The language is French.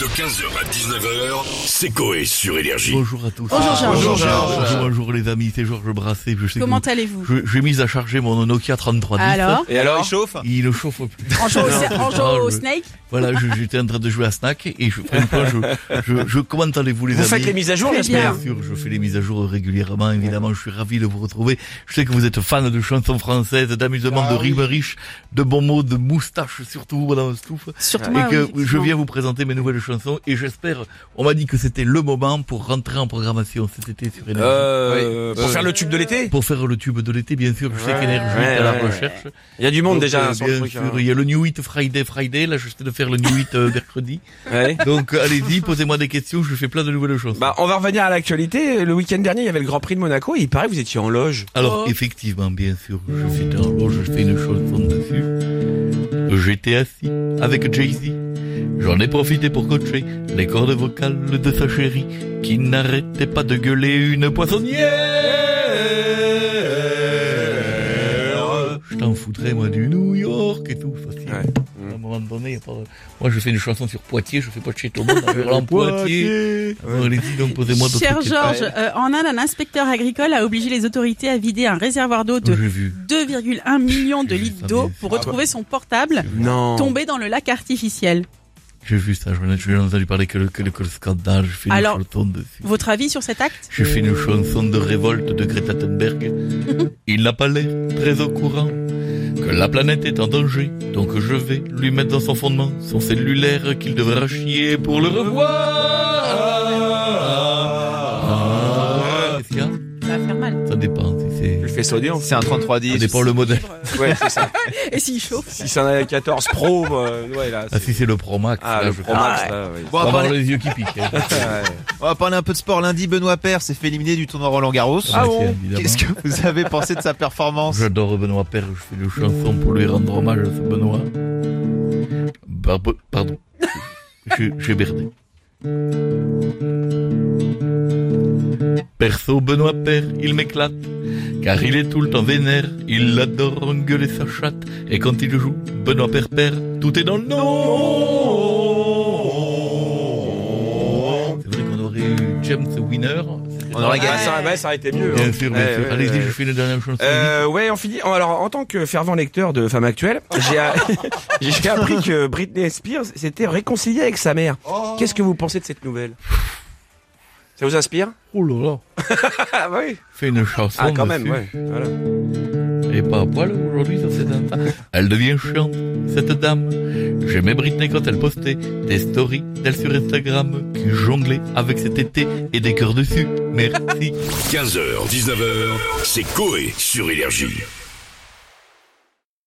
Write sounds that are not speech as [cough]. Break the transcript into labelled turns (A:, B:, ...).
A: De 15h à 19h, c'est Coé sur Énergie.
B: Bonjour à tous.
C: Bonjour, Georges.
D: Bonjour, Georges.
B: Bonjour, bonjour, les amis, c'est Georges Brasset. Je sais que
C: Comment
B: vous-
C: allez-vous
B: je- J'ai mis à charger mon Nokia 3310.
C: Alors
D: Et alors, il chauffe
B: Il ne chauffe plus.
C: En jouant au, en jouant au
B: Ah, je-
C: Snake
B: Voilà, je- j'étais en train de jouer à Snack et je, franchement, je, je, je- comment allez-vous les
D: Vous
B: amis
D: faites les mises à jour,
C: Très
D: j'espère
B: Bien sûr, je fais les mises à jour régulièrement, évidemment, je suis ravi de vous retrouver. Je sais que vous êtes fan de chansons françaises, d'amusement,
D: Ah
B: de rimes riches, de bons mots, de moustaches surtout, madame Stouff.
C: Surtout
B: et
C: moi,
B: que
C: Ah bah oui,
B: je
C: effectivement.
B: viens vous présenter mes nouvelles chansons et j'espère, on m'a dit que c'était le moment pour rentrer en programmation cet été sur Énergie.
D: Euh, Pour
E: Euh.
D: faire le tube de l'été
B: Pour faire le tube de l'été, bien sûr, je sais
D: Ouais,
B: qu'Énergie
D: ouais,
B: est à la
D: ouais, ouais.
B: recherche.
D: Il y a du monde
B: Donc,
D: déjà
B: euh,
D: sur
B: bien
D: le truc.
B: sûr,
D: hein.
B: il y a le New Hit Friday Friday, là j'essaie de faire le New Hit euh, mercredi.
D: Ouais.
B: Donc euh, allez-y, posez-moi des questions, je fais plein de nouvelles choses.
D: Bah, on va revenir à l'actualité. Le week-end dernier, il y avait le Grand Prix de Monaco et il paraît que vous étiez en loge.
B: Alors effectivement, bien sûr, je suis dans l'eau, je fais une chanson dessus. J'étais assis avec Jay-Z. J'en ai profité pour coacher les cordes vocales de sa chérie qui n'arrêtait pas de gueuler une poissonnière. Je t'en foutrais moi du New York et tout, facile.
D: Ouais.
B: À un moment donné, y a pas de- moi je fais une chanson sur Poitiers, je fais pas de chez Thomas,
D: [laughs]
B: en Poitiers. Bon, Allez-y donc posez-moi d'autres
C: Cher
B: questions.
C: Georges, euh, en Inde, un inspecteur agricole a obligé les autorités à vider un réservoir d'eau
B: Oh, J'ai
C: de
B: vu.
C: 2,1 millions de litres d'eau pour
B: Ah,
C: retrouver son portable
D: Non.
C: tombé dans le lac artificiel.
B: J'ai vu ça, j'en ai, j'en ai entendu parler que le, que le, que le scandale, j'ai fait
C: Alors,
B: une chanson dessus.
C: Votre avis sur cet acte
B: J'ai fait une chanson de révolte de Greta Thunberg. Il n'a pas l'air très au courant que la planète est en danger, donc je vais lui mettre dans son fondement son cellulaire qu'il devra chier pour le revoir. Qu'est-ce qu'il y a
C: Ça va faire mal.
B: Ah, Ça dépend, si c'est...
D: Tu le fais sauter. hein.
E: C'est un
B: Ça
E: 3310.
B: dépend le modèle.
D: Ouais, c'est ça.
C: Et s'il chauffe
D: [laughs] Si c'est un 14 Pro, euh, ouais, là.
B: Ah
D: c'est-
B: si c'est le Pro Max,
D: Ah,
B: là,
D: le
B: je-
D: Pro Max,
E: Ah,
D: là, oui.
E: Bon,
B: On
E: on
B: va
E: va,
B: avoir
E: parler,
B: les yeux qui piquent. hein.
D: Ouais.
E: on va parler un peu de sport. Lundi, Benoît Paire s'est fait éliminer du tournoi Roland Garros.
B: Ah bon Évidemment.
E: Qu'est-ce que vous avez pensé de sa performance
B: J'adore Benoît Père, je fais une chanson pour lui rendre hommage à ce Benoît. Barbe- pardon. J'ai j'ai merdé. Perso Benoît Père, il m'éclate, car il est tout le temps vénère, il adore engueuler sa chatte, et quand il joue, Benoît Père Père, tout est dans le nom. C'est vrai qu'on aurait eu James Winner.
E: On aurait
D: Ah,
E: gagné.
D: ça, ouais, ça aurait été mieux. hein.
B: Bien sûr, bien
D: Ouais,
B: sûr.
D: ouais,
B: Allez-y,
D: ouais.
B: je fais une dernière chanson.
D: Euh, ouais, on finit. Alors, en tant que fervent lecteur de Femmes [laughs] Actuelles, j'ai a- j'ai appris que Britney Spears s'était réconciliée avec sa mère. Qu'est-ce que vous pensez de cette nouvelle Ça vous inspire
B: Oh là là.
D: Ah bah oui.
B: fait une chanson
D: Ah quand même,
B: dessus.
D: ouais. Voilà.
B: et pas à poil aujourd'hui sur cette dame. [laughs] Elle devient chiante, cette dame. J'aimais Britney quand elle postait des stories d'elle sur Instagram qui jonglait avec cet été et des cœurs dessus. Merci.
A: 15h, 19h, c'est Coé sur Énergie.